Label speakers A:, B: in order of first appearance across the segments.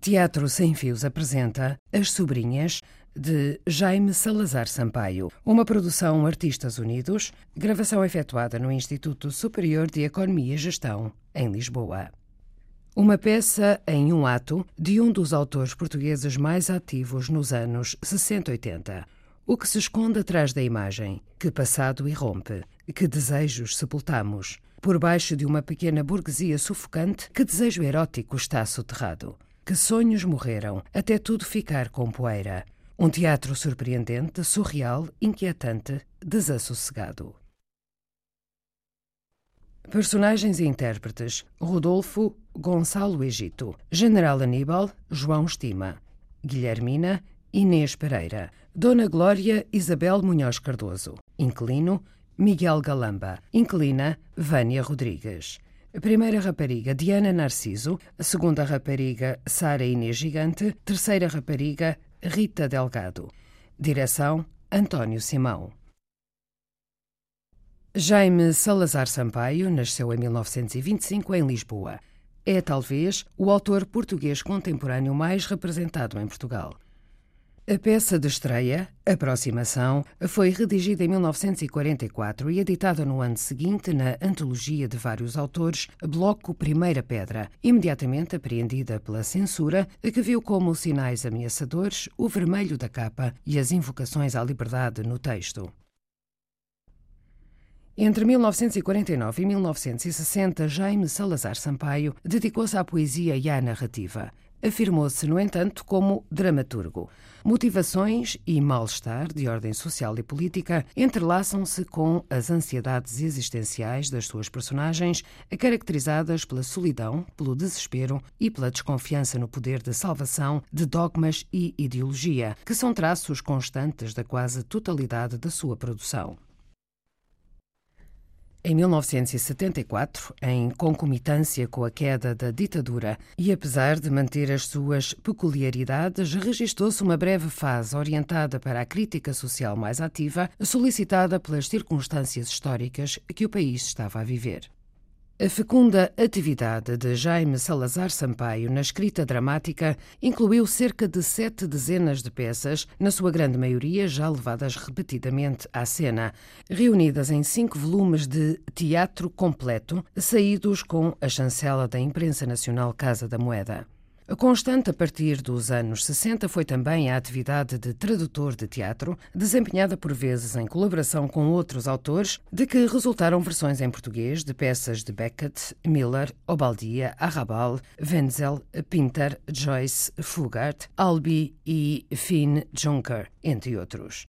A: Teatro Sem Fios apresenta As Sobrinhas de Jaime Salazar Sampaio, uma produção Artistas Unidos, gravação efetuada no Instituto Superior de Economia e Gestão, em Lisboa. Uma peça em um ato de um dos autores portugueses mais ativos nos anos 60-80. O que se esconde atrás da imagem, que passado irrompe, que desejos sepultamos, por baixo de uma pequena burguesia sufocante, que desejo erótico está soterrado. Que sonhos morreram, até tudo ficar com poeira. Um teatro surpreendente, surreal, inquietante, desassossegado. Personagens e intérpretes: Rodolfo Gonçalo Egito, General Aníbal João Estima, Guilhermina Inês Pereira, Dona Glória Isabel Munhoz Cardoso, Inquilino Miguel Galamba, Inquilina Vânia Rodrigues. A primeira rapariga, Diana Narciso. A segunda rapariga, Sara Inês Gigante. Terceira rapariga, Rita Delgado. Direção, António Simão. Jaime Salazar Sampaio nasceu em 1925 em Lisboa. É, talvez, o autor português contemporâneo mais representado em Portugal. A peça de estreia, Aproximação, foi redigida em 1944 e editada no ano seguinte na antologia de vários autores, Bloco Primeira Pedra, imediatamente apreendida pela censura, que viu como sinais ameaçadores o vermelho da capa e as invocações à liberdade no texto. Entre 1949 e 1960, Jaime Salazar Sampaio dedicou-se à poesia e à narrativa. Afirmou-se, no entanto, como dramaturgo. Motivações e mal-estar de ordem social e política entrelaçam-se com as ansiedades existenciais das suas personagens, caracterizadas pela solidão, pelo desespero e pela desconfiança no poder de salvação de dogmas e ideologia, que são traços constantes da quase totalidade da sua produção. Em 1974, em concomitância com a queda da ditadura, e apesar de manter as suas peculiaridades, registou-se uma breve fase orientada para a crítica social mais ativa, solicitada pelas circunstâncias históricas que o país estava a viver. A fecunda atividade de Jaime Salazar Sampaio na escrita dramática incluiu cerca de sete dezenas de peças, na sua grande maioria já levadas repetidamente à cena, reunidas em cinco volumes de teatro completo, saídos com a chancela da imprensa nacional Casa da Moeda. Constante a partir dos anos 60 foi também a atividade de tradutor de teatro, desempenhada por vezes em colaboração com outros autores, de que resultaram versões em português de peças de Beckett, Miller, Obaldia, Arrabal, Wenzel, Pinter, Joyce, Fugart, Albee e Finn Junker, entre outros.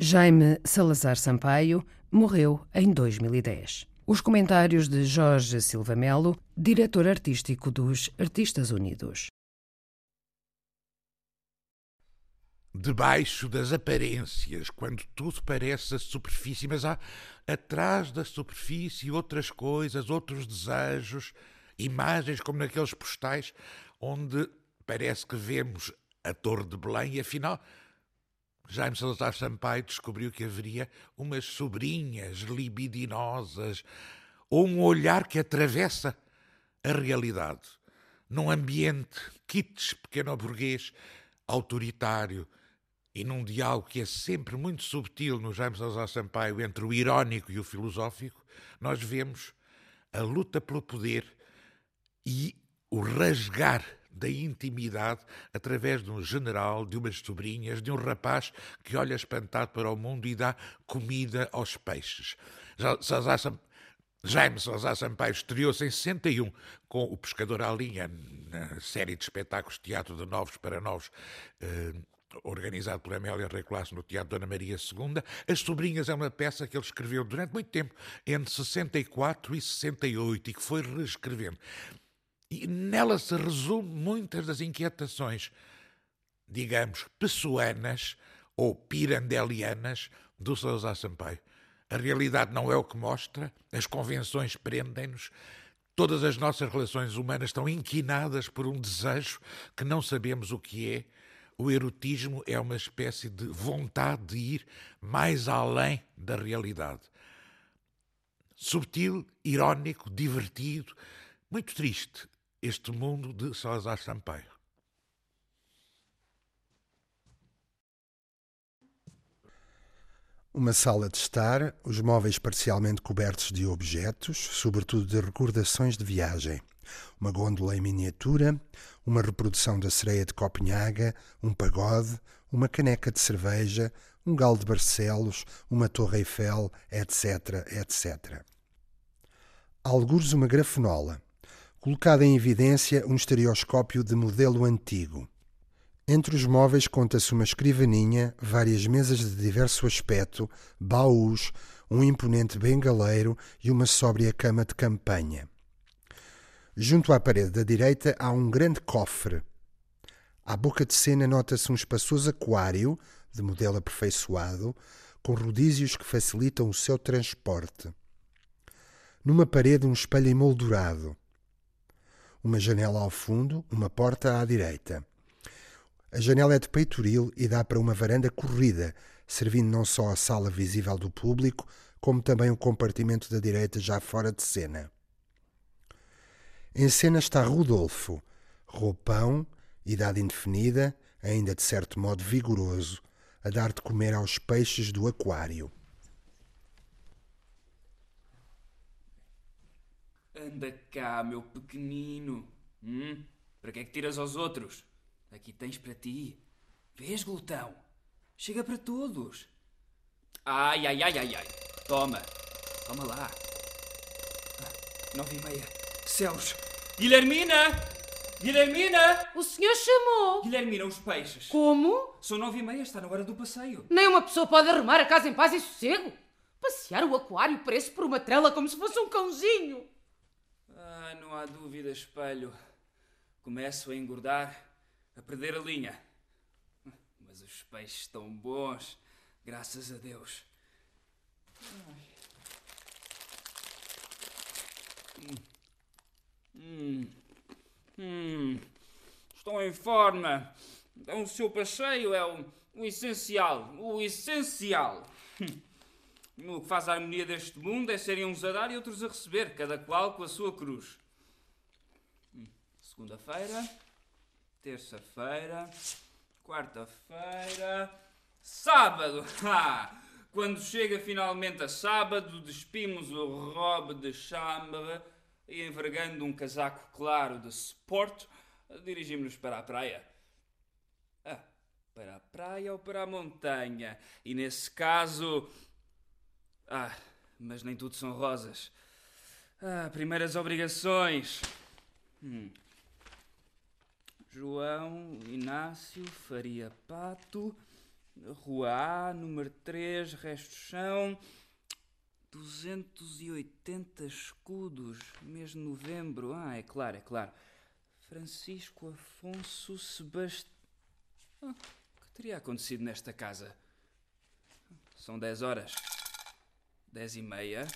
A: Jaime Salazar Sampaio morreu em 2010. Os comentários de Jorge Silva Melo, diretor artístico dos Artistas Unidos.
B: Debaixo das aparências, quando tudo parece a superfície, mas há atrás da superfície outras coisas, outros desejos, imagens como naqueles postais onde parece que vemos a Torre de Belém e afinal Jaime Salazar Sampaio descobriu que haveria umas sobrinhas libidinosas ou um olhar que atravessa a realidade num ambiente kits pequeno-burguês autoritário e num diálogo que é sempre muito subtil no Jaime Salazar Sampaio entre o irónico e o filosófico, nós vemos a luta pelo poder e o rasgar da intimidade através de um general, de umas sobrinhas, de um rapaz que olha espantado para o mundo e dá comida aos peixes. Salazar Sam... Jaime Salazar Sampaio estreou-se em 61 com O Pescador à Linha, na série de espetáculos Teatro de Novos para Novos, eh, organizado por Amélia Reclasso no Teatro Dona Maria II. As Sobrinhas é uma peça que ele escreveu durante muito tempo, entre 64 e 68, e que foi reescrevendo. E nela se resume muitas das inquietações, digamos, pessoanas ou pirandelianas do Sousa Sampaio. A realidade não é o que mostra, as convenções prendem-nos, todas as nossas relações humanas estão inquinadas por um desejo que não sabemos o que é. O erotismo é uma espécie de vontade de ir mais além da realidade. Subtil, irónico, divertido, muito triste Este mundo de Salazar Sampaio.
C: Uma sala de estar, os móveis parcialmente cobertos de objetos, sobretudo de recordações de viagem. Uma gôndola em miniatura, uma reprodução da sereia de Copenhaga, um pagode, uma caneca de cerveja, um galo de Barcelos, uma torre Eiffel, etc, etc. Algures uma grafenola, colocada em evidência um estereoscópio de modelo antigo. Entre os móveis conta-se uma escrivaninha, várias mesas de diverso aspecto, baús, um imponente bengaleiro e uma sóbria cama de campanha. Junto à parede da direita há um grande cofre. À boca de cena nota-se um espaçoso aquário, de modelo aperfeiçoado, com rodízios que facilitam o seu transporte. Numa parede, um espelho emoldurado. Uma janela ao fundo, uma porta à direita. A janela é de peitoril e dá para uma varanda corrida, servindo não só a sala visível do público, como também o um compartimento da direita já fora de cena. Em cena está Rodolfo, roupão, idade indefinida, ainda de certo modo vigoroso, a dar de comer aos peixes do aquário.
D: Anda cá, meu pequenino. Hum? Para que é que tiras aos outros? Aqui tens para ti. Vês, glutão? Chega para todos. Ai, ai, ai, ai, ai. Toma. Toma lá. Ah, nove e meia. Céus. Guilhermina! Guilhermina!
E: O senhor chamou!
D: Guilhermina, os peixes.
E: Como?
D: São nove e meia, está na hora do passeio.
E: Nem uma pessoa pode arrumar a casa em paz e sossego. Passear o aquário preso por uma trela como se fosse um cãozinho.
D: Ah, não há dúvida, espelho. Começo a engordar a perder a linha. Mas os peixes estão bons, graças a Deus. Hum. Hum. Estão em forma. Então, o seu passeio é o, o essencial. O essencial. O que faz a harmonia deste mundo é serem uns a dar e outros a receber, cada qual com a sua cruz. Hum, Segunda-feira terça-feira, quarta-feira, sábado. Ah, quando chega finalmente a sábado, despimos o robe de chambre e, envergando um casaco claro de sport, dirigimos-nos para a praia. Ah, para a praia ou para a montanha? E nesse caso. Ah, mas nem tudo são rosas. Ah, primeiras obrigações. Hum. João Inácio Faria Pato, Rua A, número 3, resto chão, 280 escudos, mês de novembro. Ah, é claro, é claro. Francisco Afonso Sebastião. Ah, o que teria acontecido nesta casa? São 10 horas. 10 e meia.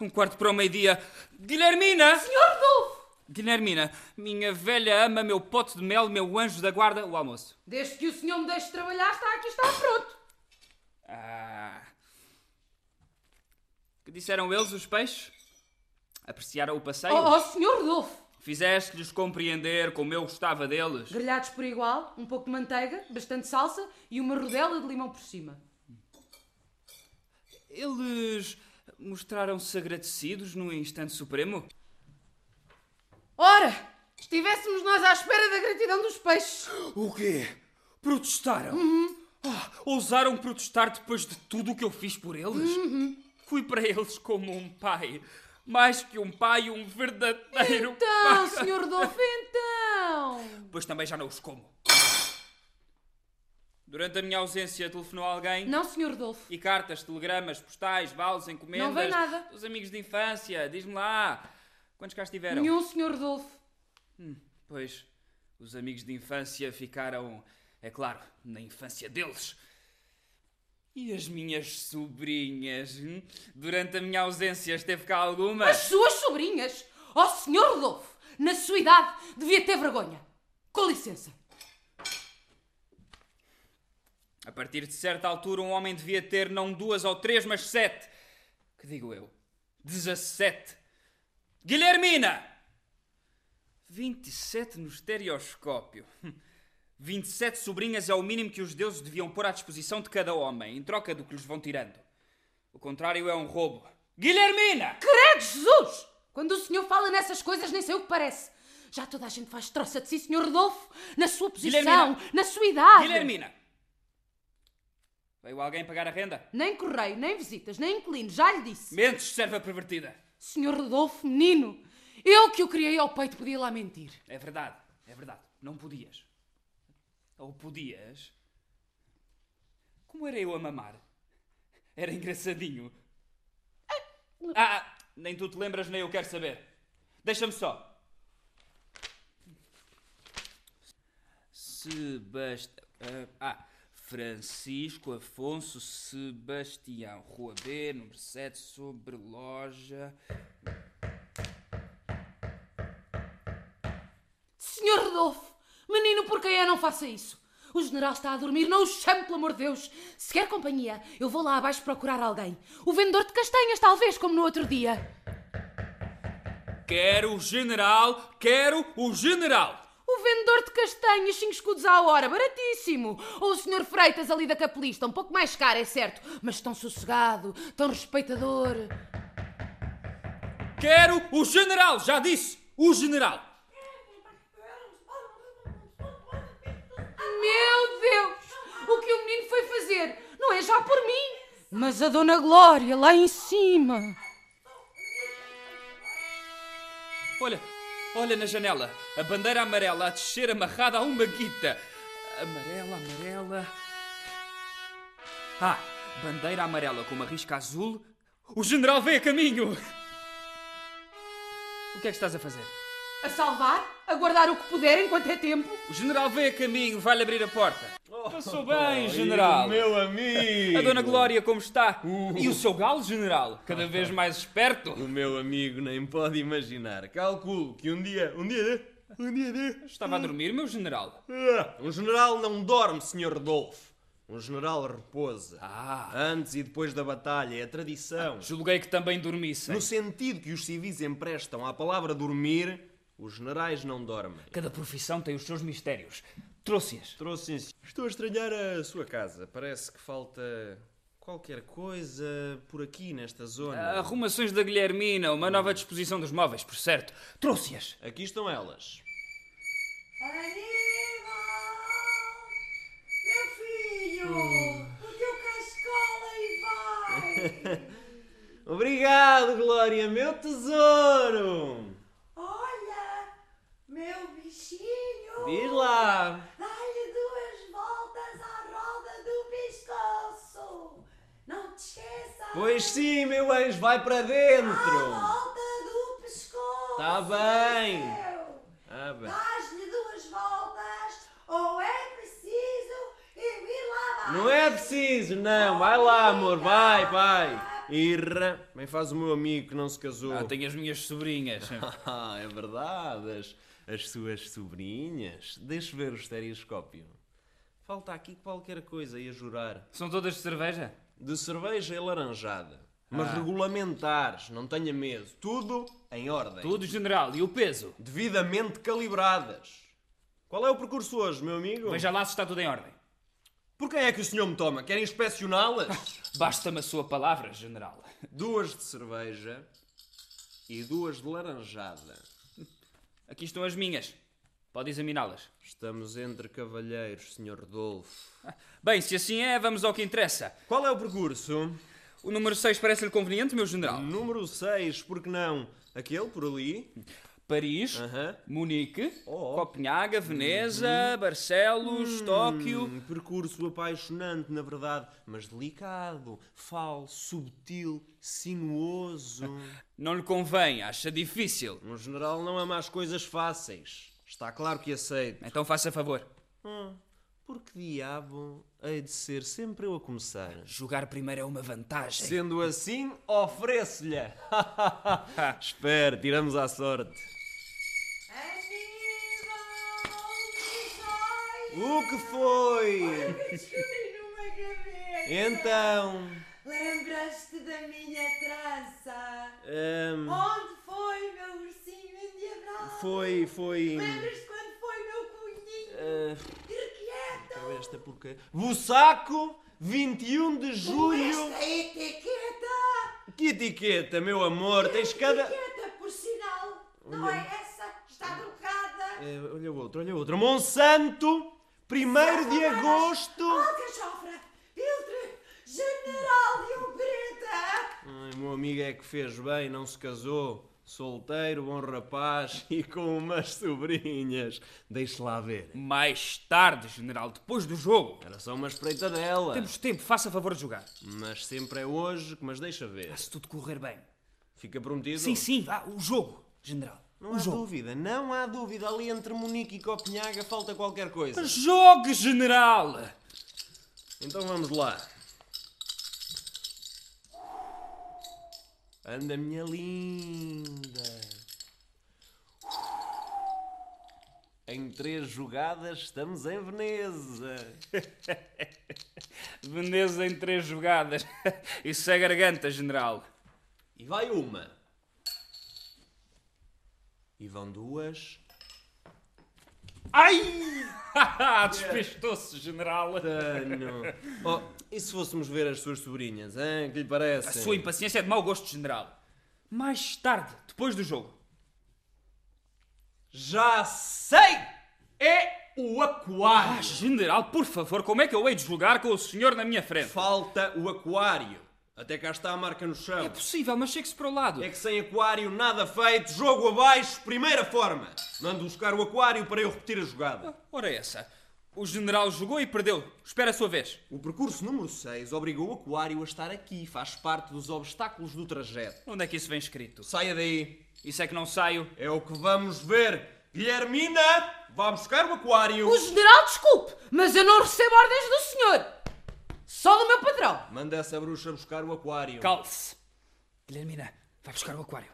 D: Um quarto para o meio-dia. Guilhermina!
E: Senhor Rodolfo!
D: Guilhermina, minha velha ama, meu pote de mel, meu anjo da guarda, o almoço.
E: Desde que o senhor me deixe trabalhar, está aqui, está pronto.
D: Ah. Que disseram eles, os peixes? Apreciaram o passeio?
E: Oh, oh senhor Rodolfo!
D: Fizeste-lhes compreender como eu gostava deles.
E: Grelhados por igual, um pouco de manteiga, bastante salsa e uma rodela de limão por cima.
D: Eles mostraram-se agradecidos no instante supremo?
E: Ora, estivéssemos nós à espera da gratidão dos peixes.
D: O quê? Protestaram? Uhum. Oh, ousaram protestar depois de tudo o que eu fiz por eles?
E: Uhum.
D: Fui para eles como um pai. Mais que um pai, um verdadeiro
E: então,
D: pai.
E: Então, Sr. Rodolfo, então.
D: Pois também já não os como. Durante a minha ausência, telefonou alguém?
E: Não, Sr. Rodolfo.
D: E cartas, telegramas, postais, vales, encomendas?
E: Não veio nada.
D: Dos amigos de infância, diz-me lá. Quantos cá estiveram?
E: Nenhum, Sr. Rodolfo.
D: Hum, pois, os amigos de infância ficaram, é claro, na infância deles. E as minhas sobrinhas? Hum? Durante a minha ausência esteve cá alguma?
E: As suas sobrinhas? Oh, Sr. Rodolfo, na sua idade devia ter vergonha. Com licença.
D: A partir de certa altura, um homem devia ter não duas ou três, mas sete. Que digo eu? Dezessete. Guilhermina! 27 no estereoscópio. Hum. 27 sobrinhas é o mínimo que os deuses deviam pôr à disposição de cada homem, em troca do que lhes vão tirando. O contrário é um roubo. Guilhermina!
E: Credo, Jesus! Quando o senhor fala nessas coisas, nem sei o que parece. Já toda a gente faz troça de si, senhor Rodolfo, na sua posição,
D: Guilhermina!
E: na sua idade.
D: Guilhermina! Veio alguém pagar a renda?
E: Nem correio, nem visitas, nem inquilino, já lhe disse.
D: Mentes, serva pervertida!
E: Senhor Rodolfo, menino, eu que o criei ao peito podia lá mentir.
D: É verdade, é verdade. Não podias. Ou podias? Como era eu a mamar? Era engraçadinho. Ah, ah, nem tu te lembras, nem eu quero saber. Deixa-me só. Sebastião. Ah, Francisco Afonso Sebastião. Rua B, número 7, sobre loja.
E: Senhor Rodolfo, menino, por quem é não faça isso? O general está a dormir, não o chame, pelo amor de Deus. Se quer companhia, eu vou lá abaixo procurar alguém. O vendedor de castanhas, talvez, como no outro dia.
D: Quero o general, quero o general!
E: O vendedor de castanhas, 5 escudos à hora, baratíssimo. Ou o senhor Freitas ali da Capelista, um pouco mais caro, é certo, mas tão sossegado, tão respeitador.
D: Quero o general, já disse, o general.
E: Meu Deus! O que o menino foi fazer? Não é já por mim, mas a Dona Glória lá em cima.
D: Olha, olha na janela, a bandeira amarela a descer amarrada a uma guita. Amarela, amarela. Ah, bandeira amarela com uma risca azul. O general vem a caminho. O que é que estás a fazer?
E: A salvar, a guardar o que puder enquanto é tempo.
D: O general vem a caminho, vai-lhe abrir a porta. Passou bem, general.
F: Meu amigo!
D: A Dona Glória como está? E o seu galo, general? Cada vez mais esperto.
F: O meu amigo nem pode imaginar. Calculo que um dia. Um dia. de- Um dia. de-
D: Estava a dormir, meu general.
F: Ah, Um general não dorme, Sr. Rodolfo. Um general repousa.
D: Ah.
F: Antes e depois da batalha, é a tradição.
D: Julguei que também dormisse.
F: No sentido que os civis emprestam à palavra dormir, os generais não dormem.
D: Cada profissão tem os seus mistérios. Trouxe-as.
F: Trouxe Estou a estranhar a sua casa. Parece que falta qualquer coisa por aqui nesta zona.
D: Arrumações da Guilhermina, uma nova disposição dos móveis, por certo. Trouxe-as.
F: Aqui estão elas.
G: Aníbal! Meu filho!
E: Hum.
G: O teu cascola e vai!
F: Obrigado, Glória, meu tesouro!
G: Olha! Meu bichinho!
F: Diz lá!
G: Dá-lhe duas voltas à roda do pescoço! Não te esqueças!
F: Pois sim, meu anjo, vai para dentro!
G: Volta do pescoço!
F: Tá bem.
G: meu.
F: Ah, bem.
G: Dás-lhe duas voltas ou é preciso e vir lá abaixo!
F: Não é preciso, não! Vai lá, amor, vai, vai! Irra! Bem faz o meu amigo que não se casou.
D: Ah, tenho as minhas sobrinhas.
F: Ah, é verdade. As, as suas sobrinhas. Deixa ver o estereoscópio. Falta aqui qualquer coisa e a jurar.
D: São todas de cerveja?
F: De cerveja e laranjada. Mas
D: Ah.
F: regulamentares, não tenha medo. Tudo em ordem.
D: Tudo, general. E o peso?
F: Devidamente calibradas. Qual é o percurso hoje, meu amigo?
D: Veja lá se está tudo em ordem.
F: Por quem é que o senhor me toma? Quer inspecioná-las?
D: Basta-me a sua palavra, general.
F: duas de cerveja e duas de laranjada.
D: Aqui estão as minhas. Pode examiná-las.
F: Estamos entre cavalheiros, senhor Rodolfo.
D: Bem, se assim é, vamos ao que interessa.
F: Qual é o percurso?
D: O número 6 parece-lhe conveniente, meu general?
F: Número 6, por que não? Aquele por ali?
D: Paris,
F: Aham.
D: Munique,
F: Oh.
D: Copenhaga, Veneza, Barcelos, Tóquio.
F: Um percurso apaixonante, na verdade, mas delicado, falso, subtil, sinuoso.
D: Não lhe convém, acha difícil.
F: Um general não ama as coisas fáceis. Está claro que aceito.
D: Então faça favor.
F: Hum, porque diabo hei de ser sempre eu a começar?
D: Jogar primeiro é uma vantagem.
F: Sendo assim, ofereço-lhe. Espera, tiramos à sorte.
G: Aníbal! Vai!
F: O que foi?
G: Descobri numa gaveta!
F: Então.
G: Lembras-te da minha trança?
F: hum,
G: Onde foi meu ursinho endiabrado?
F: Foi, foi.
G: Lembras-te quando foi meu cunhinho?
F: ah,
G: Irquieta!
F: Olha esta porcaria. Bussaco, 21 de julho.
G: Esta etiqueta!
F: Que etiqueta, meu amor, tens cada.
G: Etiqueta, por sinal, não é essa? Está trocada!
F: Eh, olha o outro, olha o outro. Monsanto, 1 de agosto.
G: Alcachofra! Filtre! General de Ugreta!
F: Ai, meu amigo é que fez bem, não se casou. Solteiro, bom rapaz e com umas sobrinhas. Deixe lá ver.
D: Mais tarde, general, depois do jogo.
F: Era só uma espreitadela.
D: Temos tempo, faça favor de jogar.
F: Mas sempre é hoje, mas deixa ver.
D: Se tudo correr bem.
F: Fica prometido?
D: Sim, sim, vá, o jogo, general.
F: Não
D: o
F: há
D: jogo.
F: dúvida, não há dúvida. Ali entre Munique e Copenhaga falta qualquer coisa.
D: Mas jogue, general!
F: Então vamos lá. Anda, minha linda. Em três jogadas estamos em Veneza.
D: Veneza em três jogadas. Isso é garganta, general.
F: E vai uma. E vão duas.
D: Ai! Despistou-se, general.
F: Tano. Oh, e se fôssemos ver as suas sobrinhas, hein? Que lhe parece?
D: A sua impaciência é de mau gosto, general. Mais tarde, depois do jogo.
F: Já sei! É o
D: Ah,
F: aquário.
D: general, por favor, como é que eu hei de julgar com o senhor na minha frente?
F: Falta o aquário. Até cá está a marca no chão.
D: É possível, mas chegue-se para o lado.
F: É que sem aquário nada feito, jogo abaixo, primeira forma. Mando buscar o aquário para eu repetir a jogada.
D: Ora essa. O general jogou e perdeu. Espera a sua vez.
F: O percurso número 6 obrigou o aquário a estar aqui, faz parte dos obstáculos do trajeto.
D: Onde é que isso vem escrito?
F: Saia daí.
D: Isso é que não saio.
F: É o que vamos ver. Guilhermina, vá buscar o aquário.
E: O general, desculpe, mas eu não recebo ordens do senhor. Só do meu patrão.
F: Manda essa bruxa buscar o aquário.
D: Calce. Guilhermina, vai buscar o aquário.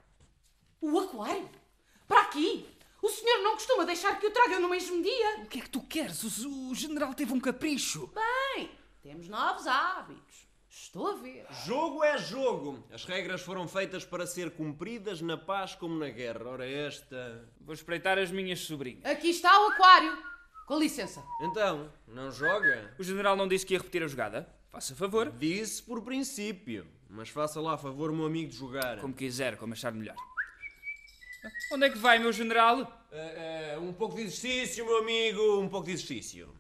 E: O aquário? Para aqui? O senhor não costuma deixar que o traga no mesmo dia?
D: O que é que tu queres? O, o general teve um capricho.
E: Bem, temos novos hábitos. Estou a ver.
F: Jogo é jogo. As regras foram feitas para ser cumpridas na paz como na guerra. Ora esta.
D: Vou espreitar as minhas sobrinhas.
E: Aqui está o aquário. Com licença.
F: Então, não joga?
D: O general não disse que ia repetir a jogada? Faça favor.
F: Disse por princípio. Mas faça lá a favor, meu amigo, de jogar.
D: Como quiser, como achar melhor. Onde é que vai, meu general?
F: Eh, eh, um pouco de exercício, meu amigo, um pouco de exercício.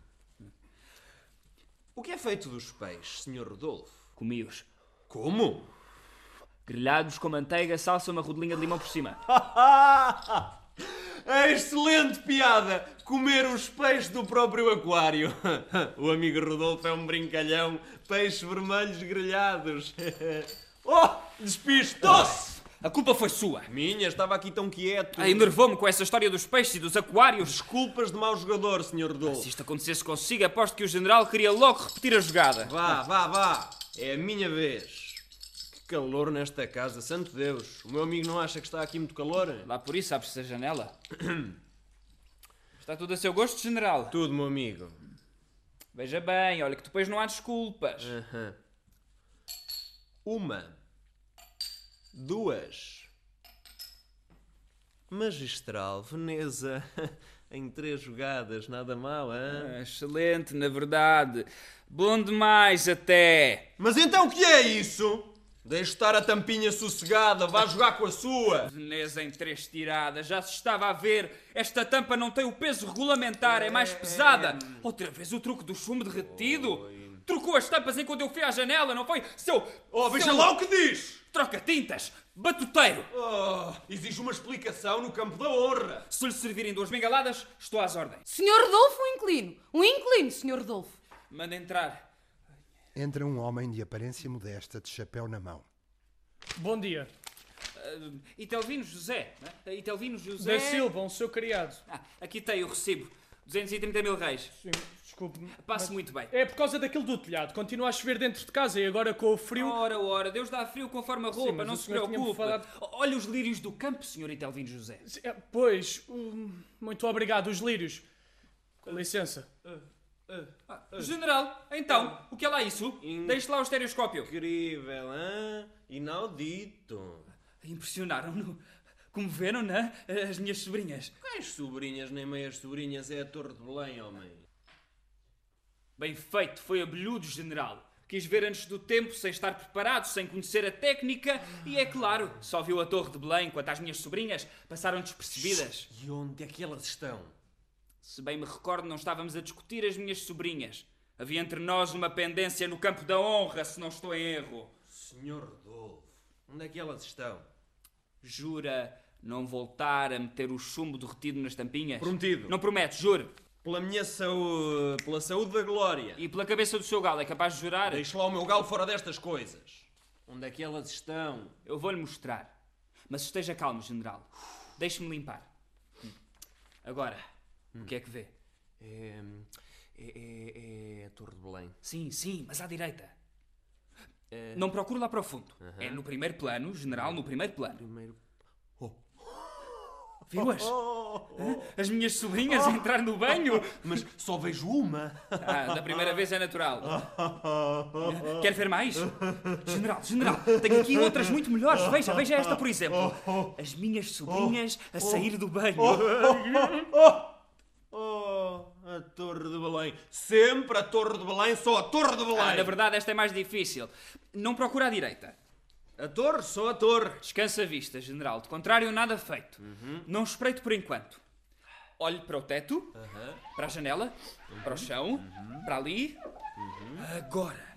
F: O que é feito dos peixes, Sr. Rodolfo?
D: Comi-os.
F: Como?
D: Grelhados com manteiga, salsa, uma rodelinha de limão por cima.
F: É Excelente piada! Comer os peixes do próprio aquário. o amigo Rodolfo é um brincalhão. Peixes vermelhos grelhados. oh, despistou-se!
D: A culpa foi sua.
F: Minha, estava aqui tão quieto.
D: Ah, enervou-me com essa história dos peixes e dos aquários.
F: Desculpas de mau jogador, Sr. Rodolfo.
D: Se isto acontecesse consigo, aposto que o general queria logo repetir a jogada.
F: Vá, vá, vá. É a minha vez. Que calor nesta casa, santo Deus. O meu amigo não acha que está aqui muito calor?
D: Lá por isso abre-se a janela. Está tudo a seu gosto, general.
F: Tudo, meu amigo.
D: Veja bem, olha que depois não há desculpas.
F: Aham. Uma. Duas. Magistral, Veneza. em três jogadas, nada mal, hã?
D: Ah, Excelente, na verdade. Bom demais até.
F: Mas então o que é isso? Deixe estar a tampinha sossegada, vá jogar com a sua.
D: Veneza em três tiradas, já se estava a ver. Esta tampa não tem o peso regulamentar, é mais pesada. Outra vez o truque do chumbo derretido. Trocou as tampas enquanto eu fui à janela, não foi? Seu.
F: Oh,
D: seu-
F: veja lá o que diz!
D: Troca-tintas! Batuteiro!
F: Oh, exige uma explicação no campo da honra.
D: Se lhe servirem duas bengaladas, estou às ordens.
E: Senhor Rodolfo, um inclino. Um inclino, senhor Rodolfo.
D: Manda entrar.
C: Entra um homem de aparência modesta, de chapéu na mão.
H: Bom dia.
D: Ah, Itelvino José. né? Itelvino José.
H: Da Silva, um seu criado.
D: Ah, aqui tem o recibo. 230 mil reis.
H: Sim, desculpe-me.
D: Passo
H: mas-
D: muito bem.
H: É por causa daquilo do telhado. Continua a chover dentro de casa e agora com o frio.
D: Ora, ora, Deus dá frio conforme a roupa,
H: mas
D: não
H: o
D: se
H: senhor tinha-me
D: preocupe.
H: falado-
D: O- Olha os lírios do campo, senhor Itelvino José.
H: É, Pois, hum, muito obrigado, os lírios. Com licença.
D: General, então, o que é lá isso?
F: Hum.
D: Deixe lá o estereoscópio.
F: Incrível, hã? Inaudito.
D: Impressionaram-no. é?
H: Como viram, né? As minhas sobrinhas.
F: Quais sobrinhas nem meias sobrinhas é a Torre de Belém, homem?
D: Bem feito, foi abelhudo, general. Quis ver antes do tempo, sem estar preparado, sem conhecer a técnica, e é claro, só viu a Torre de Belém quanto às minhas sobrinhas passaram despercebidas.
F: E onde é que elas estão?
D: Se bem me recordo, não estávamos a discutir as minhas sobrinhas. Havia entre nós uma pendência no campo da honra, se não estou em erro.
F: Senhor Rodolfo, onde é que elas estão?
D: Jura não voltar a meter o chumbo derretido nas tampinhas?
F: Prometido.
D: Não prometo, juro.
F: Pela minha saúde, pela saúde da glória.
D: E pela cabeça do seu galo, é capaz de jurar?
F: Deixe lá o meu galo fora destas coisas. Onde é que elas estão?
D: Eu vou-lhe mostrar. Mas esteja calmo, general. Deixe-me limpar. Agora, o que é que vê?
F: É, é, é- é a Torre de Belém.
D: Sim, sim, mas à direita. Não procure lá para o fundo. É no primeiro plano, general, no primeiro plano. Oh.
F: Primeiro.
D: Viu-as? Hã? As minhas sobrinhas a entrar no banho?
F: Mas só vejo uma.
D: Ah, da primeira vez é natural. Quer ver mais? General, general, tenho aqui outras muito melhores. Veja, veja esta, por exemplo. As minhas sobrinhas a sair do banho.
F: Oh, a Torre de Belém. Sempre a Torre de Belém, só a Torre de Belém.
D: Ah, na verdade, esta é mais difícil. Não procura à direita.
F: A Torre, só a Torre.
D: Descansa a vista, general. De contrário, nada feito. Não espreito por enquanto. Olhe para o teto, para a janela, para o chão, para ali. Agora.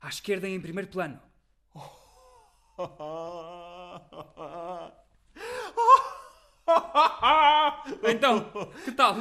D: À esquerda em primeiro plano. Então, que tal?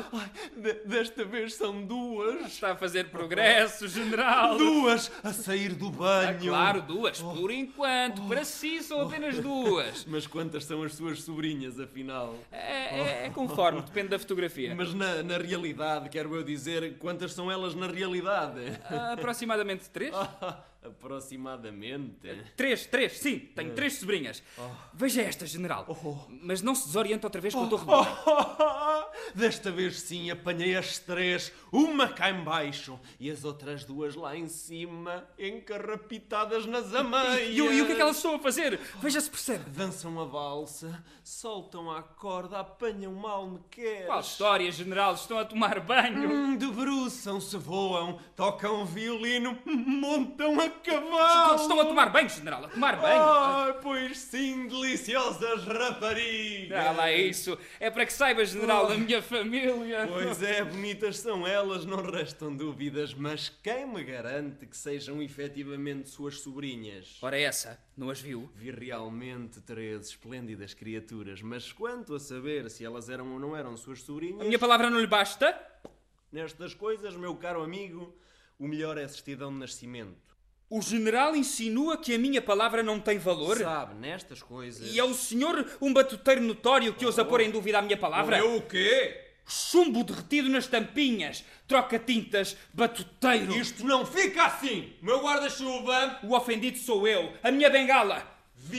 F: De- desta vez são duas.
D: Está a fazer progresso, general.
F: Duas É Oh. a sair do
D: Ah,
F: banho.
D: claro, duas. Por enquanto, para si são
F: Oh.
D: apenas duas.
F: Mas quantas são as suas sobrinhas, afinal?
D: É, é- é conforme, depende da fotografia.
F: Oh. Mas na, na realidade, quero eu dizer, quantas são elas na realidade?
D: Ah, aproximadamente três?
F: Oh. Aproximadamente.
D: Três, três, sim, tenho três sobrinhas.
F: Oh.
D: Veja esta, general. Mas não se desoriente outra vez com o torre de Belém.
F: Desta vez sim, apanhei as três, uma cá em baixo e as outras duas lá em cima, encarrapitadas nas ameias.
D: E, o- e o que é que elas estão a fazer? Veja se percebe.
F: Dançam a valsa, soltam a corda, apanham mal me queres.
D: Qual história, general? Estão a tomar banho.
F: Hum, Debruçam-se, voam, tocam violino, montam a
D: Estão-
F: cavalo.
D: Estão a tomar banho, general, a tomar banho. Ah,
F: Ai, pois sim, deliciosas raparigas.
D: Ah, lá é isso. É para que saiba, general, da minha família.
F: Oh. Pois é, bonitas são elas, não restam dúvidas, mas quem me garante que sejam efetivamente suas sobrinhas?
D: Ora, essa, não as viu?
F: Vi realmente três esplêndidas criaturas, mas quanto a saber se elas eram ou não eram suas
D: A
F: sobrinhas,
D: minha palavra não lhe basta?
F: nestas coisas, meu caro amigo, o melhor é a certidão de nascimento.
D: O general insinua que a minha palavra não tem valor?
F: Sabe, nestas coisas.
D: E é o senhor um batuteiro notório que ousa pôr em dúvida a minha palavra?
F: Eu Oh. o quê?
D: Chumbo derretido nas tampinhas, troca-tintas, batuteiro.
F: Isto não fica assim! Meu guarda-chuva,
D: O ofendido sou eu, a minha bengala.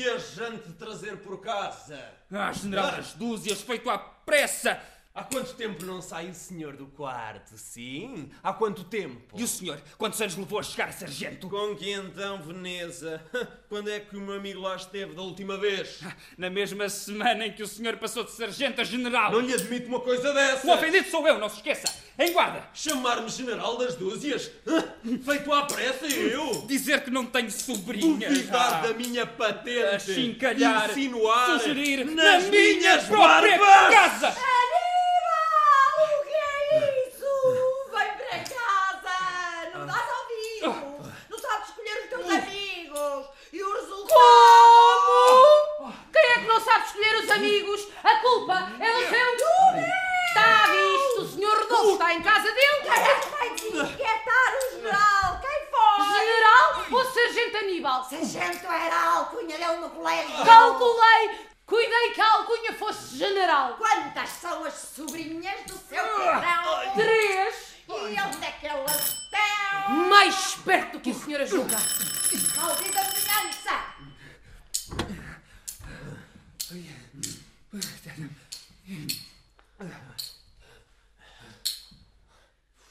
F: viajante trazer por casa.
D: Ah, general das dúzias, feito à pressa.
F: Há quanto tempo não sai o senhor do quarto, sim? Há quanto tempo?
D: E o senhor, quantos anos levou a chegar a sargento?
F: Com que então, Veneza? Quando é que o meu amigo lá esteve da última vez?
D: Na mesma semana em que o senhor passou de sargento a general.
F: Não lhe admito uma coisa dessa!
D: O ofendido sou eu, não se esqueça. Em guarda.
F: Chamar-me general das dúzias? Feito à pressa eu?
D: Dizer que não tenho sobrinhas.
F: Duvidar
D: Ah.
F: da minha patente?
D: a chincalhar,
F: Insinuar?
D: sugerir
F: nas
D: na minha
F: minhas
D: própria
F: barbas?
D: casa.
G: Aníbal, o que é isso? Vem para casa! Não me dás ao vivo! Não sabes escolher os teus amigos! E o resultado?
E: Quem é que não sabe escolher os amigos? A culpa é do seu. Está visto, o senhor Rodolfo está em casa
G: Quem
E: dele.
G: é que vai desinquietar o general? Quem foi?
E: General ou Sargento Aníbal?
G: Sargento era a alcunha dele no colégio!
E: Calculei, cuidei que a alcunha fosse general.
G: Quantas são as sobrinhas do seu
I: Ah,
G: general?
E: Três,
G: E onde é que elas estão?
E: mais perto do que a senhora julga.
G: Maldita vingança!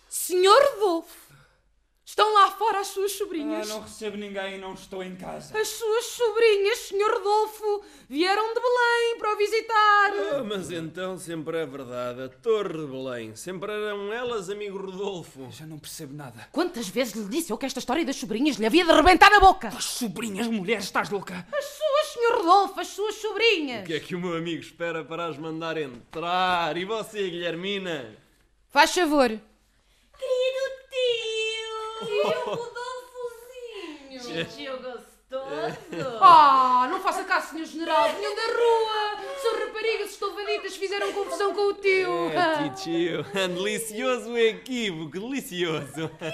E: Senhor Rodolfo, estão lá fora as suas sobrinhas.
D: Ah,
E: sobrinhas.
D: não recebo ninguém e não estou em casa.
E: As suas sobrinhas, Sr. Rodolfo, vieram de Belém para o visitar.
F: Ah, mas então sempre é verdade, a Torre de Belém. Sempre eram elas, amigo Rodolfo.
D: Já não percebo nada.
E: Quantas vezes lhe disse eu que esta história das sobrinhas lhe havia de rebentar na boca?
D: As sobrinhas mulheres, estás louca?
E: As suas, Sr. Rodolfo, as suas sobrinhas.
F: O que é que o meu amigo espera para as mandar entrar? E você, Guilhermina?
E: Faz favor.
G: Querido tio! Tio Rodolfozinho! Tio gostoso!
E: Ah, não faça caso, Sr. General. Vinham da rua. São raparigas estolvaditas, fizeram confusão com o tio.
F: É, tio, delicioso equívoco, delicioso.
I: É.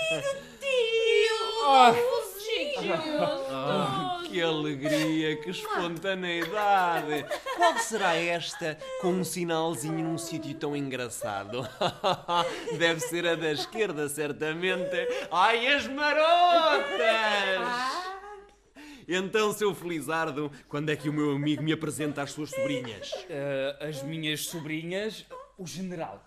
G: Tio
I: Ah.
G: Rodolfozinho!
F: Que alegria, que espontaneidade! Qual será esta com um sinalzinho num sítio tão engraçado? Deve ser a da esquerda, certamente. Ai, as marotas! Então, seu Felizardo, quando é que o meu amigo me apresenta às suas sobrinhas?
D: Ah, as minhas sobrinhas, o general.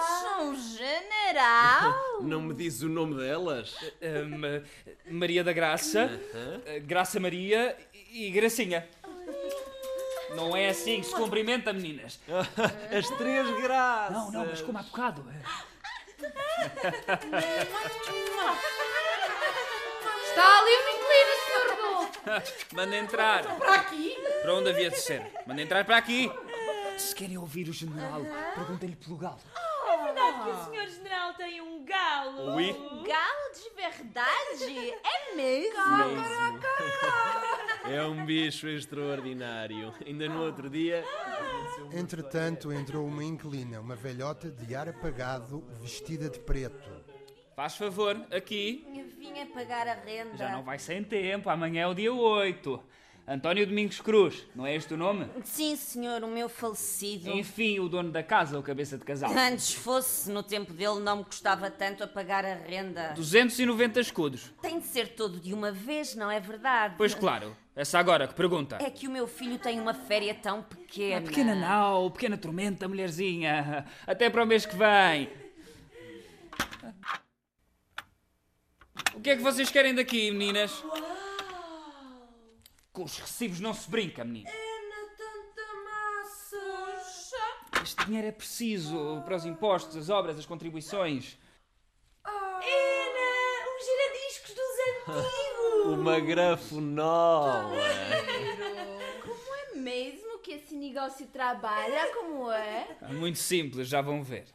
G: São Ah. um general!
F: Não me diz o nome delas?
D: Ah, Ma- Maria da Graça, ah, Graça Maria e Gracinha. Não é assim que se cumprimenta, meninas.
F: As três graças!
D: Não, não, mas como há bocado. ah.
E: Está ali uma inclina, Sr. Rodolfo.
D: Manda entrar.
E: Para aqui.
D: Para onde havia de ser? Manda entrar para aqui. Se querem ouvir o general, perguntem-lhe pelo galo.
I: É verdade que o senhor general tem um galo?
F: Oui.
G: Ah. Um Galo de verdade? É mesmo?
F: É um bicho extraordinário. Ainda no outro dia.
C: Entretanto, entrou uma inquilina, uma velhota de ar apagado, vestida de preto.
D: Faz favor, aqui.
G: Eu vim a pagar a renda.
D: Já não vai sem tempo, amanhã é o dia 8. António Domingos Cruz, não é este o nome?
G: Sim, senhor, o meu falecido.
D: Enfim, o dono da casa, o cabeça de casal.
G: Antes fosse, no tempo dele não me custava tanto a pagar a renda.
D: 290 escudos.
G: Tem de ser todo de uma vez, não é verdade?
D: Pois claro, essa agora que pergunta.
G: É que o meu filho tem uma féria tão pequena.
D: Pequena nau, pequena tormenta, mulherzinha. Até para o mês que vem. O que é que vocês querem daqui, meninas? Com os recibos não se brinca, menino. Este dinheiro é preciso para os impostos, as obras, as contribuições.
I: Ana, os giradiscos dos antigos!
F: Uma grafonola!
I: Como é mesmo que esse negócio trabalha? Como é?
D: É Muito simples, já vão ver.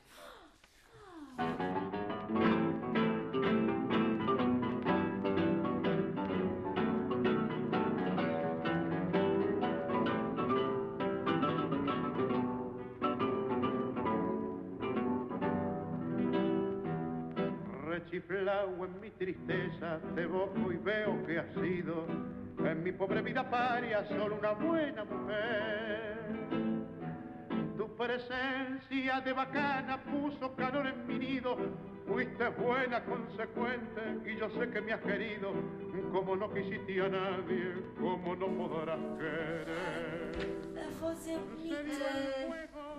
J: Rechiflao en mi tristeza, te boco y veo que has sido en mi pobre vida paria solo una buena mujer. Tu presencia de bacana puso calor en mi nido, fuiste buena, consecuente y yo sé que me has querido, como no quisiste a nadie, como no podrás querer.
I: A voz é bonita,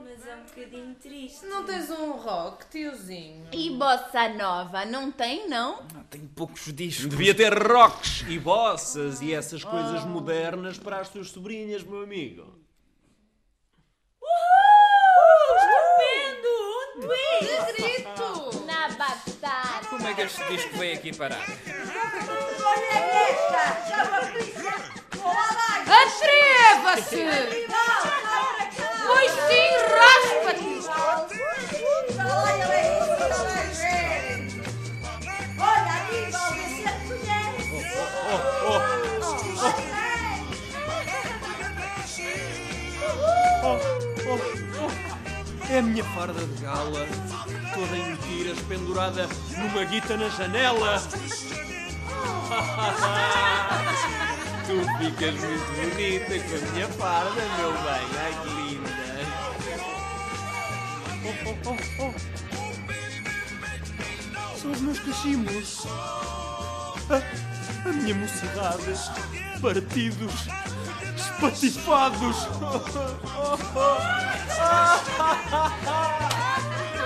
I: mas é um bocadinho triste.
K: Não tens um rock, tiozinho?
I: E bossa nova, não tem, não?
D: Ah, Tenho poucos discos.
F: Devia ter rocks e bossas e essas coisas modernas para as tuas sobrinhas, meu amigo.
I: Estupendo! Um twist!
K: Grito!
I: Na batata!
D: Como é que este disco veio aqui parar?
G: Olha esta! Já vou pisar! Olá,
E: Atreva-se. Pois sim, raspa-te.
F: Oh, É a minha farda de gala, toda em tiras, pendurada numa guita na janela. tu ficas muito bonita com a minha farda, meu bem. Ai, que linda. Oh, oh, oh, oh. São os meus cachimos. A, a minha mocidade. Partidos. Espatifados.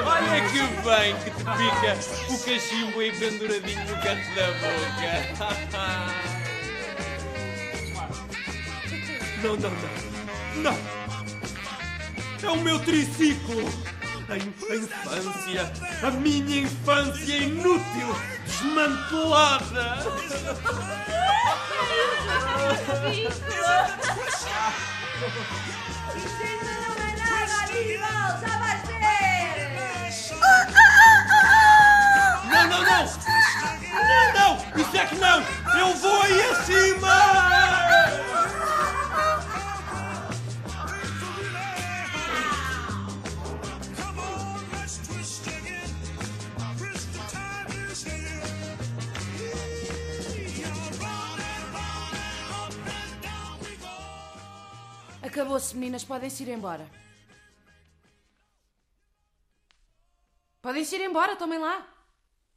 F: Olha que bem que te fica o cachimbo aí penduradinho no canto da boca. Não, não, não. Não. É o meu triciclo. A, in- a infância. A minha infância inútil. Desmantelada. Não, não, não! Não, não! Isso é que não! Eu vou aí acima!
E: Acabou-se, meninas, podem-se ir embora. Podem-se ir embora, tomem lá.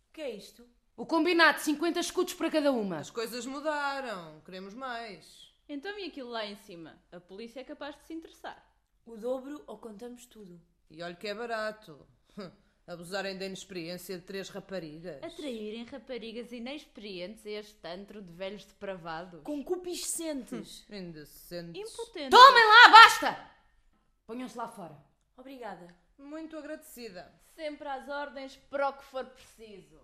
K: O que é isto?
E: O combinado, 50 escudos para cada uma.
K: As coisas mudaram. Queremos mais.
L: Então e aquilo lá em cima? A polícia é capaz de se interessar.
K: O dobro ou contamos tudo? E olha que é barato. Abusarem da inexperiência de três raparigas.
L: Atraírem raparigas inexperientes a este antro de velhos depravados.
K: Concupiscentes. Indecentes.
L: Impotentes.
E: Tomem lá, basta! Ponham-se lá fora.
K: Obrigada. Muito agradecida.
L: Sempre às ordens para o que for preciso.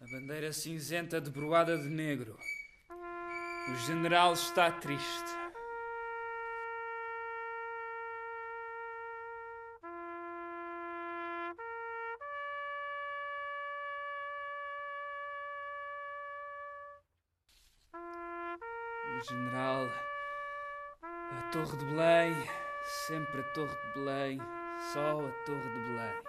D: A bandeira cinzenta debruada de negro. O general está triste. O general. A Torre de Belém. Sempre a Torre de Belém. Só a Torre de Belém.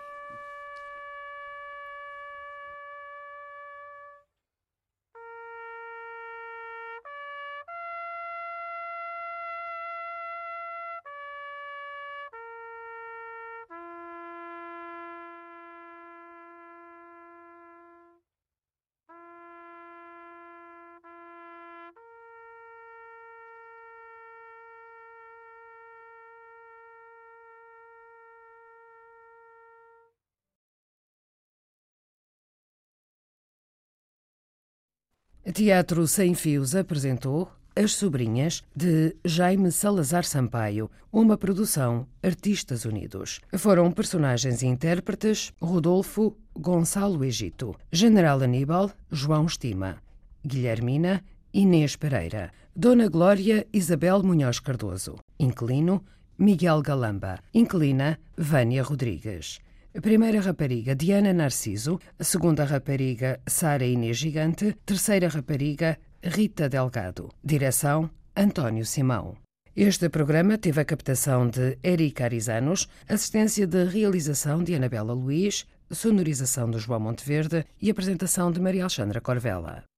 A: Teatro Sem Fios apresentou As Sobrinhas, de Jaime Salazar Sampaio, uma produção Artistas Unidos. Foram personagens e intérpretes Rodolfo Gonçalo Egito, General Aníbal João Estima, Guilhermina Inês Pereira, Dona Glória Isabel Munhoz Cardoso, Inquilino Miguel Galamba, Inquilina Vânia Rodrigues. A Primeira rapariga, Diana Narciso. A segunda rapariga, Sara Inês Gigante. Terceira rapariga, Rita Delgado. Direção, António Simão. Este programa teve a captação de Eric Arizanos, assistência de realização de Anabela Luiz, sonorização de João Monteverde e apresentação de Maria Alexandra Corvella.